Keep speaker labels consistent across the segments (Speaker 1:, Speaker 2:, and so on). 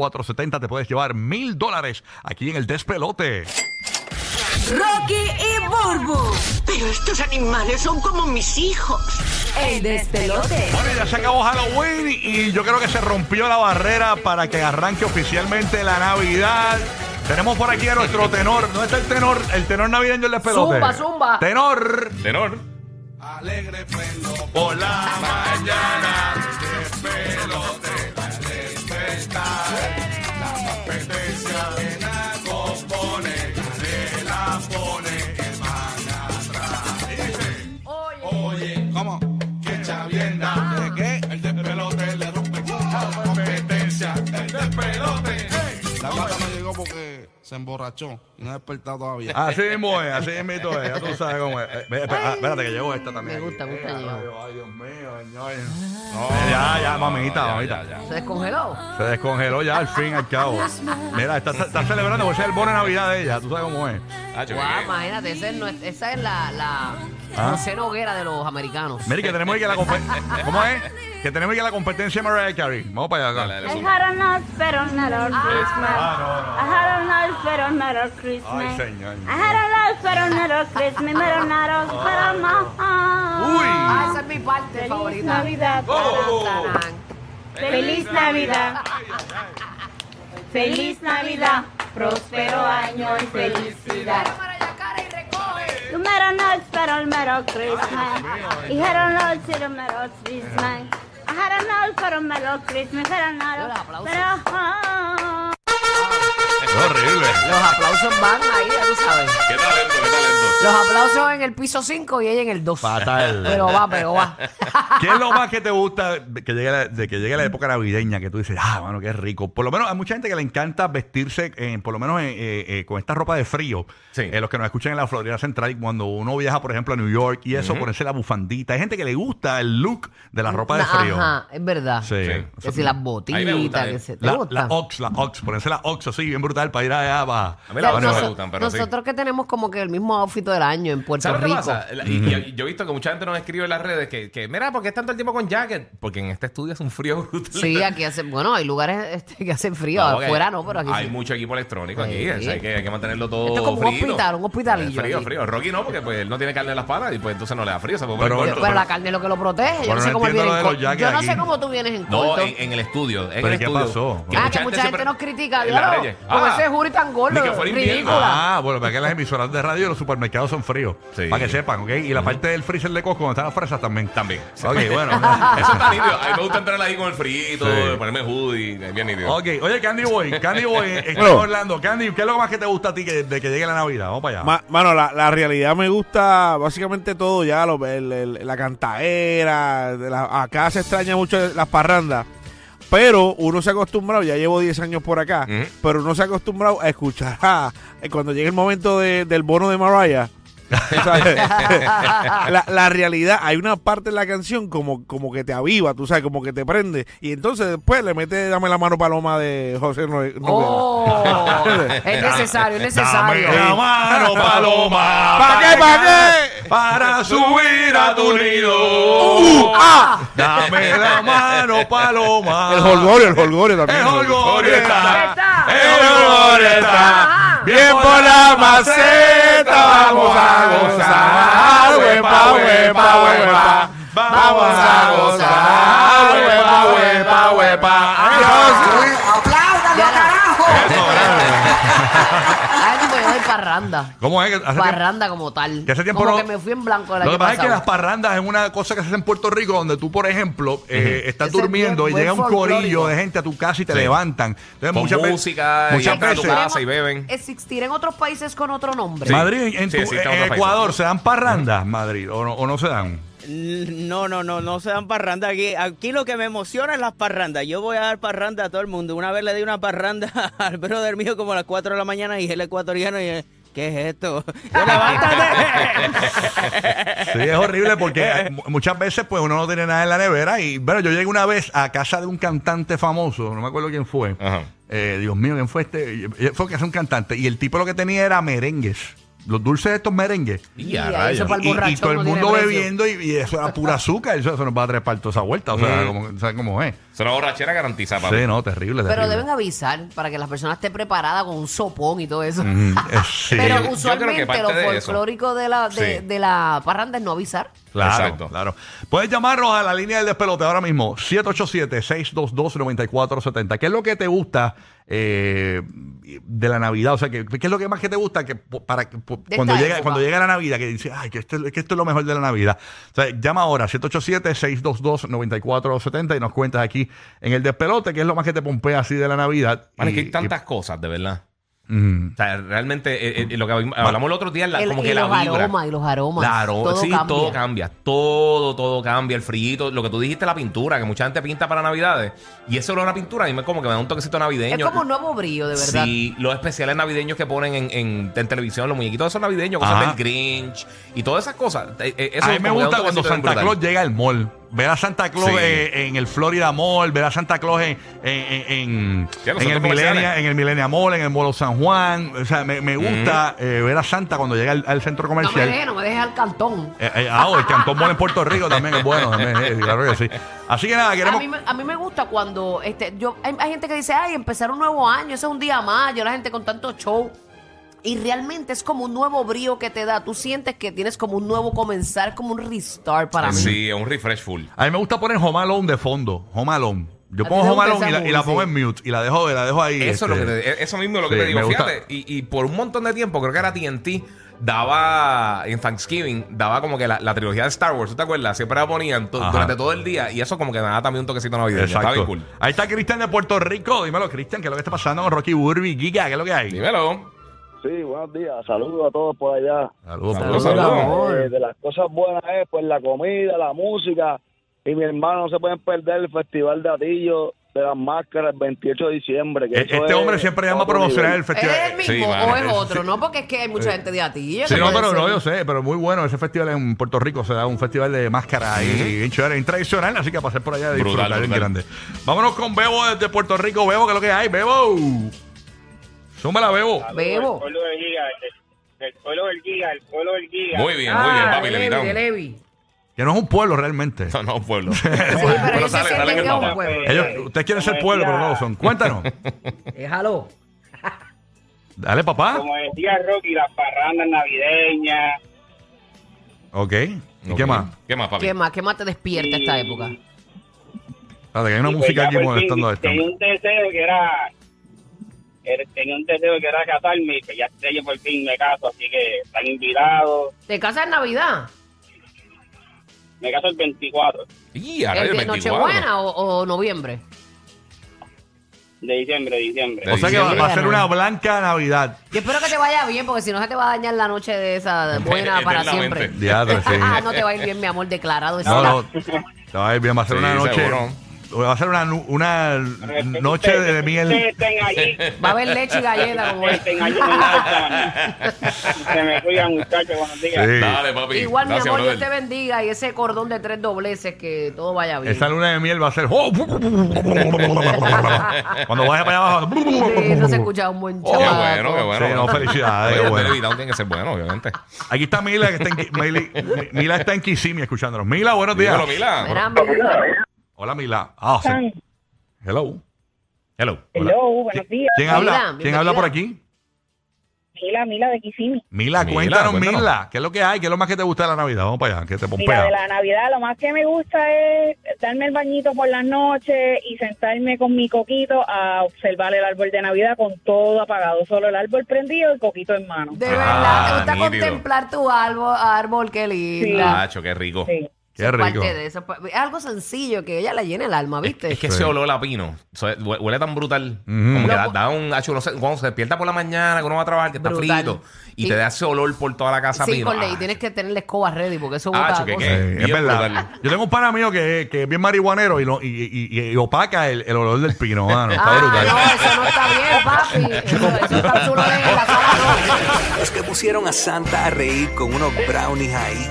Speaker 1: 7470 te puedes llevar mil dólares aquí en el despelote.
Speaker 2: Rocky y Burbu,
Speaker 3: Pero estos animales son como mis hijos.
Speaker 2: el despelote.
Speaker 1: Bueno, ya se acabó Halloween y yo creo que se rompió la barrera para que arranque oficialmente la Navidad. Tenemos por aquí a nuestro tenor. ¿Dónde está el tenor? El tenor navideño del despelote.
Speaker 4: Zumba, zumba.
Speaker 1: Tenor.
Speaker 5: Tenor.
Speaker 1: Por la mañana,
Speaker 6: ¿Cómo? Que chavienda. ¿De qué? El despelote le rompe con la competencia. El despelote. La plata no llegó porque se emborrachó y no ha despertado todavía.
Speaker 1: Así mismo es, así mismo es. Ya tú sabes cómo es. Eh, espera- espera- espérate que llegó esta también.
Speaker 4: Me gusta,
Speaker 1: aquí.
Speaker 4: gusta,
Speaker 1: Eh,
Speaker 4: llegó.
Speaker 1: ay, ay, Dios mío, señor. Eh, ya, ya, mamita, mamita.
Speaker 4: ¿Se descongeló?
Speaker 1: Se descongeló ya al fin y al cabo. Mira, está, está celebrando, porque ese es el bono de Navidad de ella, tú sabes cómo es.
Speaker 5: Ah, yo
Speaker 4: Guau,
Speaker 5: creo que-
Speaker 4: imagínate, ese no es- esa es la, la
Speaker 1: Ah.
Speaker 4: docena hoguera de los americanos.
Speaker 1: Mira, que tenemos aquí la competencia. ¿Cómo es? Que tenemos aquí la competencia de Mariah Carey. Vamos para allá.
Speaker 5: Dale,
Speaker 1: acá.
Speaker 5: dale,
Speaker 7: I
Speaker 5: sube.
Speaker 7: had a nice better metal
Speaker 2: Ah.
Speaker 7: Christmas. I had a nice better metal Christmas.
Speaker 1: Ah, Ay, señor.
Speaker 7: I had a nice better metal Christmas, better metal, better
Speaker 1: Uy.
Speaker 4: Ah, esa es mi parte
Speaker 7: Feliz
Speaker 4: favorita.
Speaker 7: Navidad.
Speaker 1: Oh,
Speaker 4: Tarán, tarán.
Speaker 7: Feliz Navidad. Feliz Navidad. Próspero año y felicidad. You had a nice better metal Christmas. I had a nice better metal Christmas. I had a nice better metal Christmas, better
Speaker 4: Yo los
Speaker 7: metal,
Speaker 4: aplauso.
Speaker 7: better.
Speaker 1: Qué horrible.
Speaker 4: Los aplausos van ahí, ya tú sabes.
Speaker 5: Qué talento, qué talento.
Speaker 4: Los aplausos en el piso 5 y ella en el 2.
Speaker 1: Fatal.
Speaker 4: Pero va, pero va.
Speaker 1: ¿Qué es lo más que te gusta de que llegue la, de que llegue la época navideña? Que tú dices, ah, bueno, qué rico. Por lo menos hay mucha gente que le encanta vestirse, eh, por lo menos eh, eh, eh, con esta ropa de frío.
Speaker 5: Sí.
Speaker 1: Eh, los que nos escuchan en la Florida Central, y cuando uno viaja, por ejemplo, a New York y eso, ponerse la bufandita. Hay gente que le gusta el look de la ropa de frío.
Speaker 4: Ajá, es verdad.
Speaker 1: Sí.
Speaker 5: Sí.
Speaker 1: Eso
Speaker 4: Que
Speaker 1: es
Speaker 4: si las
Speaker 5: Ahí me gusta,
Speaker 4: botitas, que
Speaker 5: eh.
Speaker 4: se te
Speaker 1: La, la
Speaker 4: gustan.
Speaker 1: Ox, la Ox, ponerse la Ox así, bien brutal, para ir allá para.
Speaker 5: A mí las
Speaker 4: O sea,
Speaker 5: Ox no me
Speaker 4: noso-
Speaker 5: gustan, pero sí.
Speaker 4: nosotros que tenemos como que el mismo outfit del año en Puerto
Speaker 5: ¿Sabes lo que
Speaker 4: Rico.
Speaker 5: pasa? La- y- y- yo he visto que mucha gente nos escribe en las redes que, que mira, ¿por qué tanto el tiempo con jacket? Porque en este estudio es un frío brutal.
Speaker 4: Sí, aquí hace, bueno, hay lugares este, que hacen frío,
Speaker 5: No, porque
Speaker 4: afuera no, pero aquí
Speaker 5: Hay
Speaker 4: sí.
Speaker 5: mucho equipo electrónico aquí,
Speaker 4: Sí.
Speaker 5: o sea, hay, que, hay que mantenerlo todo
Speaker 4: Esto es como un
Speaker 5: frito.
Speaker 4: hospital, un hospitalillo
Speaker 5: Eh, Frío,
Speaker 4: aquí.
Speaker 5: frío. Rocky no, porque pues él no tiene carne en las patas y pues entonces no le da frío. Se puede
Speaker 1: Pero
Speaker 5: poner
Speaker 1: bueno,
Speaker 4: Pero
Speaker 5: corto.
Speaker 4: la carne es lo que lo protege. Yo
Speaker 1: Bueno,
Speaker 4: no
Speaker 1: no
Speaker 4: sé cómo él
Speaker 1: entiendo
Speaker 4: viene en
Speaker 1: lo de los
Speaker 4: corto.
Speaker 1: jackets
Speaker 4: Yo no sé
Speaker 1: aquí.
Speaker 4: cómo tú vienes en
Speaker 5: No,
Speaker 4: corto.
Speaker 5: en, en el estudio. En
Speaker 1: ¿Pero
Speaker 5: el
Speaker 1: qué
Speaker 5: estudio.
Speaker 1: pasó?
Speaker 4: Ah, que mucha gente
Speaker 5: siempre-
Speaker 4: nos critica,
Speaker 5: en las
Speaker 4: claro.
Speaker 5: redes.
Speaker 4: Con
Speaker 5: Ah.
Speaker 4: ese jury tan gordo,
Speaker 5: Ni que fuera invierno.
Speaker 4: ridícula.
Speaker 1: Ah, bueno, para que las emisoras de radio y los supermercados son fríos.
Speaker 5: Sí.
Speaker 1: Para que sepan, ¿ok? Y la parte del freezer de Costco, donde están las fresas también.
Speaker 5: También.
Speaker 1: Ok, bueno.
Speaker 5: Eso está nítido. A mí me gusta entrar ahí con el frito,
Speaker 1: Sí.
Speaker 5: ponerme hoodie, bien nítido.
Speaker 1: ok, oye, Candy Boy, Candy Boy, estamos hablando. Candy, ¿qué es lo más que te gusta a ti que, de que llegue la Navidad? Vamos para allá.
Speaker 8: Ma- mano, la, la realidad me gusta básicamente todo ya, lo- el- el- la cantaera, de la- acá se extraña mucho las parrandas, pero uno se ha acostumbrado, ya llevo 10 años por acá,
Speaker 5: Ujú.
Speaker 8: pero uno se ha acostumbrado a escuchar, ah, eh, cuando llega el momento de- del bono de Mariah, ¿sabes? la, la realidad, hay una parte en la canción como, como que te aviva, tú sabes, como que te prende, y entonces después le mete Dame la mano paloma de José Noe- Noguera.
Speaker 4: Oh, es necesario, es necesario.
Speaker 1: Dame la mano, paloma.
Speaker 8: ¿Pa' qué, pa' qué?
Speaker 1: Para subir a tu nido.
Speaker 8: ¡Uh! ¡Ah!
Speaker 1: Dame la mano, paloma.
Speaker 8: El holgorio, el holgorio también.
Speaker 1: El holgorio está.
Speaker 4: Está.
Speaker 1: El holgorio está.
Speaker 8: Bien por la maceta, vamos a gozar. Huepa, huepa, huepa. Vamos a gozar. Huepa, huepa, huepa. Adiós.
Speaker 4: ¡Apláudalo, carajo! Ay, Ah, no, pero yo doy parranda.
Speaker 1: ¿Cómo es? que hace tiempo-
Speaker 4: Parranda como tal.
Speaker 1: Que hace tiempo no-
Speaker 4: como que me fui en blanco el
Speaker 1: Lo
Speaker 4: año
Speaker 1: que pasa es que las
Speaker 4: pasado.
Speaker 1: parrandas es una cosa que se hace en Puerto Rico, donde tú, por ejemplo, eh, estás
Speaker 4: Eso es
Speaker 1: durmiendo y
Speaker 4: bien-
Speaker 1: llega un
Speaker 4: bien
Speaker 1: corillo
Speaker 4: folclórico.
Speaker 1: de gente a tu casa y te
Speaker 5: Sí.
Speaker 1: levantan. Entonces,
Speaker 5: Con
Speaker 1: muchas ve-
Speaker 5: música y
Speaker 1: muchas
Speaker 5: entran a tu
Speaker 1: veces-
Speaker 5: casa y beben.
Speaker 4: Existir en otros países con otro nombre.
Speaker 5: Sí.
Speaker 1: Madrid, en,
Speaker 5: Sí,
Speaker 1: tu-
Speaker 5: existen
Speaker 1: en
Speaker 5: otros países.
Speaker 1: Ecuador, ¿se dan parrandas, Madrid? ¿O no, o no se dan?
Speaker 9: No, no, no, no se dan parrandas aquí. Aquí lo que me emociona es las parrandas. Yo voy a dar parranda a todo el mundo. Una vez le di una parranda al brother mío como a las 4 de la mañana y el ecuatoriano y él, ¿qué es esto? Yo, ¡Levántate!
Speaker 1: Sí, es horrible porque hay- mu- muchas veces pues uno no tiene nada en la nevera y bueno, yo llegué una vez a casa de un cantante famoso, no me acuerdo quién fue.
Speaker 5: Ajá.
Speaker 1: Eh, Dios mío, ¿quién fue este? Eh, Fue que hace un cantante y el tipo lo que tenía era merengues. Los dulces de estos merengues.
Speaker 4: Y a
Speaker 5: rayos.
Speaker 4: eso para el
Speaker 1: Y- y,
Speaker 4: borracho
Speaker 1: todo el
Speaker 4: no tiene
Speaker 1: mundo
Speaker 4: precio.
Speaker 1: bebiendo y, y eso era pura azúcar, eso, eso nos va a trepar toda esa vuelta, o sea, como, ¿sabes cómo es?
Speaker 5: Es una borrachera garantizada, Mm. Ah, papi.
Speaker 1: Sí, no, terrible, terrible.
Speaker 4: Pero deben avisar para que las personas estén preparadas con un sopón y todo eso.
Speaker 1: Mm, eh, sí.
Speaker 5: yo creo
Speaker 4: Pero
Speaker 5: que
Speaker 4: usualmente
Speaker 5: parte
Speaker 4: lo
Speaker 5: de eso.
Speaker 4: folclórico de la, de,
Speaker 5: Sí.
Speaker 4: de la parranda es no avisar.
Speaker 1: Claro,
Speaker 5: Exacto.
Speaker 1: claro. Puedes llamarnos a la línea del despelote ahora mismo, 787-622-9470. ¿Qué es lo que te gusta eh, de la Navidad? O sea, ¿qué, qué es lo que más que te gusta que po- para que po-
Speaker 4: De
Speaker 1: cuando
Speaker 4: esta
Speaker 1: llega
Speaker 4: época.
Speaker 1: cuando llega la Navidad que dice, ay, que esto, que esto es lo mejor de la Navidad? O sea, llama ahora, 787-622-9470 y nos cuentas aquí en el despelote qué es lo más que te pompea así de la Navidad.
Speaker 5: Mano, es que
Speaker 1: Y-
Speaker 5: hay tantas cosas, de verdad.
Speaker 1: y- mm.
Speaker 5: O sea, realmente, eh, eh, lo que hablamos el otro día, la-
Speaker 4: El-
Speaker 5: como
Speaker 4: y
Speaker 5: que la
Speaker 4: los
Speaker 5: vibra.
Speaker 4: aromas, y los aromas.
Speaker 5: Claro,
Speaker 4: todo
Speaker 5: sí,
Speaker 4: cambia.
Speaker 5: todo cambia. Todo, todo cambia. El frillito, lo que tú dijiste, la pintura, que mucha gente pinta para Navidades. Y ese olor a la pintura a mí me como que me da un toquecito
Speaker 4: Es
Speaker 5: navideño.
Speaker 4: como un nuevo brillo, de verdad.
Speaker 5: Sí, los especiales navideños que ponen en, en- en televisión, los muñequitos esos navideños, cosas
Speaker 1: Ajá.
Speaker 5: del Grinch y todas esas cosas. Eh, eh, eso
Speaker 1: a mí me
Speaker 5: como que da un
Speaker 1: gusta cuando
Speaker 5: toquecito bien
Speaker 1: Santa Claus
Speaker 5: brutal.
Speaker 1: llega al mall. Ver a Santa Claus
Speaker 5: Sí.
Speaker 1: eh, en el Florida Mall, ver a Santa Claus en, en, en,
Speaker 5: Sí, en
Speaker 1: en
Speaker 5: los
Speaker 1: el
Speaker 5: centros comerciales.
Speaker 1: Millennia, en el Millennia Mall, en el Mall of San Juan. O sea, me, me gusta eh, ver a Santa cuando llega al, al centro
Speaker 4: No me
Speaker 1: comercial.
Speaker 4: dejes, no me dejes al cantón.
Speaker 1: Eh, eh, ah, o el Cantón Mall en Puerto Rico también es bueno. también, eh, claro que sí. Así que nada,
Speaker 4: A
Speaker 1: queremos...
Speaker 4: mí, me- a mí me gusta cuando este, yo hay, hay gente que dice, ay, empezar un nuevo año, eso es un día más, yo la gente con tanto show. Y realmente es como un nuevo brío que te da. Tú sientes que tienes como un nuevo comenzar, como un restart para mí.
Speaker 5: Sí, es un refresh full.
Speaker 1: A mí me gusta poner Home Alone de fondo. Home Alone. Yo
Speaker 4: A ti
Speaker 1: pongo
Speaker 4: te
Speaker 1: Home
Speaker 4: gusta
Speaker 1: Alone y
Speaker 4: esa
Speaker 1: la, y la
Speaker 4: movie,
Speaker 1: pongo
Speaker 4: sí.
Speaker 1: en mute y la dejo, la dejo ahí.
Speaker 5: Eso, es lo que
Speaker 1: este.
Speaker 5: te- e, eso mismo es lo que
Speaker 1: Sí,
Speaker 5: te digo.
Speaker 1: me gusta.
Speaker 5: Fíjate, y, y por un montón de tiempo, creo que era TNT, daba en Thanksgiving, daba como que la, la trilogía de Star Wars, ¿tú te acuerdas? Siempre la ponían to-
Speaker 1: Ajá.
Speaker 5: durante todo el día y eso como que me daba también un toquecito navideño. Está bien cool.
Speaker 1: Ahí está Cristian de Puerto Rico. Dímelo, Cristian, ¿qué es lo que está pasando con Rocky Burby? Giga, ¿qué es lo que hay?
Speaker 5: Dímelo.
Speaker 10: Sí, buenos días. Saludos a todos por allá.
Speaker 1: Saludos,
Speaker 5: Saludos,
Speaker 1: Pablo.
Speaker 5: saludos.
Speaker 10: Eh, de las cosas buenas es pues la comida, la música. Y mi hermano, no se pueden perder el Festival de Atillo de las Máscaras el 28 de diciembre. que
Speaker 1: E-
Speaker 10: eso
Speaker 1: Este
Speaker 10: es
Speaker 1: hombre siempre llama a
Speaker 10: otro
Speaker 1: promocionar
Speaker 10: nivel.
Speaker 1: el
Speaker 4: ¿Es
Speaker 1: festival.
Speaker 4: el mismo
Speaker 5: Sí,
Speaker 4: o
Speaker 5: vale.
Speaker 4: es otro? No, porque es que hay mucha gente de atillo.
Speaker 1: Sí,
Speaker 4: que
Speaker 1: no,
Speaker 4: puede
Speaker 1: pero
Speaker 4: ser.
Speaker 1: no, yo sé, pero muy bueno ese festival en Puerto Rico. Se da un festival de máscaras y bien chévere, bien tradicional, así que a pasar por allá de
Speaker 5: Brutal,
Speaker 1: disfrutar bien
Speaker 5: brutal.
Speaker 1: grande. Vámonos con Bebo desde Puerto Rico. Bebo, que es lo que hay? Bebo. Súmala, Bebo.
Speaker 4: Bebo.
Speaker 10: del Giga, el pueblo del Giga, el pueblo del Giga.
Speaker 5: Muy bien, muy bien,
Speaker 4: Ah,
Speaker 5: papi.
Speaker 4: de
Speaker 5: Le
Speaker 4: Levi,
Speaker 5: quitaron.
Speaker 4: de Levi.
Speaker 1: Que no es un pueblo realmente.
Speaker 5: No, no, pueblo.
Speaker 4: Sí,
Speaker 5: Bueno,
Speaker 4: pero ellos se
Speaker 5: sale- sale en
Speaker 4: sienten
Speaker 5: el
Speaker 4: que es un
Speaker 5: mapa.
Speaker 4: pueblo.
Speaker 1: Ellos, ustedes quieren ser pueblo, pero no lo son. Cuéntanos.
Speaker 4: Déjalo.
Speaker 1: Dale, papá.
Speaker 10: Como decía Rocky, las parrandas navideñas.
Speaker 1: Ok. ¿Y
Speaker 5: Ok.
Speaker 1: qué más?
Speaker 5: ¿Qué más, papi?
Speaker 4: ¿Qué más? ¿Qué más te despierta esta época?
Speaker 1: Espérate, que hay una
Speaker 10: Y, pues,
Speaker 1: música
Speaker 10: ya
Speaker 1: aquí
Speaker 10: por fin
Speaker 1: molestando a esto.
Speaker 10: Tenía un deseo que era, era- tenía un deseo que era casarme y pues ya sé, yo por fin me caso, así que están invitados.
Speaker 4: ¿Te casas en Navidad?
Speaker 10: Me caso el 24
Speaker 5: Y a
Speaker 4: ¿El
Speaker 5: rayos,
Speaker 4: de
Speaker 5: 24.
Speaker 4: Nochebuena o, o noviembre?
Speaker 10: de diciembre, de diciembre.
Speaker 1: O sea que va, va a ser una blanca Navidad.
Speaker 4: Yo espero que te vaya bien, porque si no se te va a dañar la noche de esa
Speaker 5: Este
Speaker 4: buena para
Speaker 5: Eternamente.
Speaker 4: siempre.
Speaker 1: Diadre, sí.
Speaker 4: Ah, no te va a ir bien, mi amor, declarado.
Speaker 1: No,
Speaker 4: está.
Speaker 1: no. Te va a ir bien, va a ser
Speaker 5: Sí,
Speaker 1: una noche.
Speaker 5: seguro.
Speaker 1: Va a ser una, nu- una noche de
Speaker 10: Ustedes
Speaker 1: miel.
Speaker 10: estén allí,
Speaker 4: Va a haber leche y galleta como
Speaker 10: ustedes
Speaker 5: Este
Speaker 4: es.
Speaker 10: estén allí no hay nada que hacer. Se me cuidan, muchachos, buenos días.
Speaker 1: Sí.
Speaker 5: Dale, papi.
Speaker 4: Igual, mi
Speaker 5: Gracias,
Speaker 4: amor, Dios
Speaker 5: brother.
Speaker 4: te bendiga y ese cordón de tres dobleces que todo vaya bien.
Speaker 1: Esa luna de miel va a ser. oh, Cuando vayas para allá abajo.
Speaker 4: Sí, no se escucha un buen
Speaker 5: Oh, qué
Speaker 4: chamaco.
Speaker 5: bueno, qué bueno.
Speaker 1: Sí, no, felicidades,
Speaker 5: Oye,
Speaker 1: qué
Speaker 5: el
Speaker 1: bueno.
Speaker 5: Televidao tiene que ser bueno, obviamente.
Speaker 1: Aquí está Mila, que está en, Qui- Mili- Mi- Mila está en Kissimmee escuchándonos. Mila, buenos días.
Speaker 5: Dímelo, Mila.
Speaker 4: Mira, mira.
Speaker 1: Hola, Mila. Ah, sí. Hello.
Speaker 5: Hello.
Speaker 1: Hola.
Speaker 11: buenos días.
Speaker 1: ¿Quién
Speaker 4: Mila,
Speaker 1: habla? ¿Quién
Speaker 4: bienvenida.
Speaker 1: habla por aquí?
Speaker 11: Mila, Mila de Kissimmee.
Speaker 1: Mila,
Speaker 5: Mila,
Speaker 1: cuéntanos,
Speaker 5: cuéntanos.
Speaker 1: Mila. ¿Qué es lo que hay? ¿Qué es lo más que te gusta de la Navidad? Vamos para allá, que te
Speaker 11: Mira,
Speaker 1: pompea.
Speaker 11: de la Navidad lo más que me gusta es darme el bañito por las noches y sentarme con mi coquito a observar el árbol de Navidad con todo apagado, solo el árbol prendido y coquito en mano.
Speaker 4: De
Speaker 5: Ah,
Speaker 4: verdad, te gusta
Speaker 5: nítido.
Speaker 4: contemplar tu árbol, árbol qué linda.
Speaker 5: Nacho, qué rico.
Speaker 11: Sí.
Speaker 1: Qué rico.
Speaker 4: Parte de eso. Pues, Es algo sencillo que ella le llena el alma, ¿viste?
Speaker 5: Es que
Speaker 1: Sí.
Speaker 5: ese olor a pino so- hue- huele tan brutal.
Speaker 1: Ujú.
Speaker 5: Como que
Speaker 4: Lo-
Speaker 5: da, da un hacho, uno se- cuando se despierta por la mañana, que uno va a trabajar, que está
Speaker 4: Brutal.
Speaker 5: frito, y
Speaker 4: Y-
Speaker 5: te da ese olor por toda la casa
Speaker 4: Sí,
Speaker 5: pino.
Speaker 4: con ley,
Speaker 5: Ah,
Speaker 4: tienes que tener la escoba ready porque eso
Speaker 5: Ah,
Speaker 4: bota
Speaker 5: chique,
Speaker 1: Sí,
Speaker 4: cosas.
Speaker 5: que-
Speaker 1: Eh, es
Speaker 5: Bien
Speaker 1: verdad.
Speaker 5: brutal.
Speaker 1: Yo tengo un pana mío que, que es bien marihuanero y, lo- y, y- y- y opaca el, el olor del pino, mano. Está
Speaker 4: Ah,
Speaker 1: brutal.
Speaker 4: no, eso no está bien, papi. Eso, eso está chulo de la sala, no.
Speaker 12: Los que pusieron a Santa a reír con unos brownies ahí.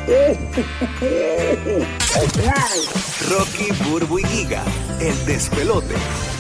Speaker 12: Rocky, Burbu y Giga, el despelote.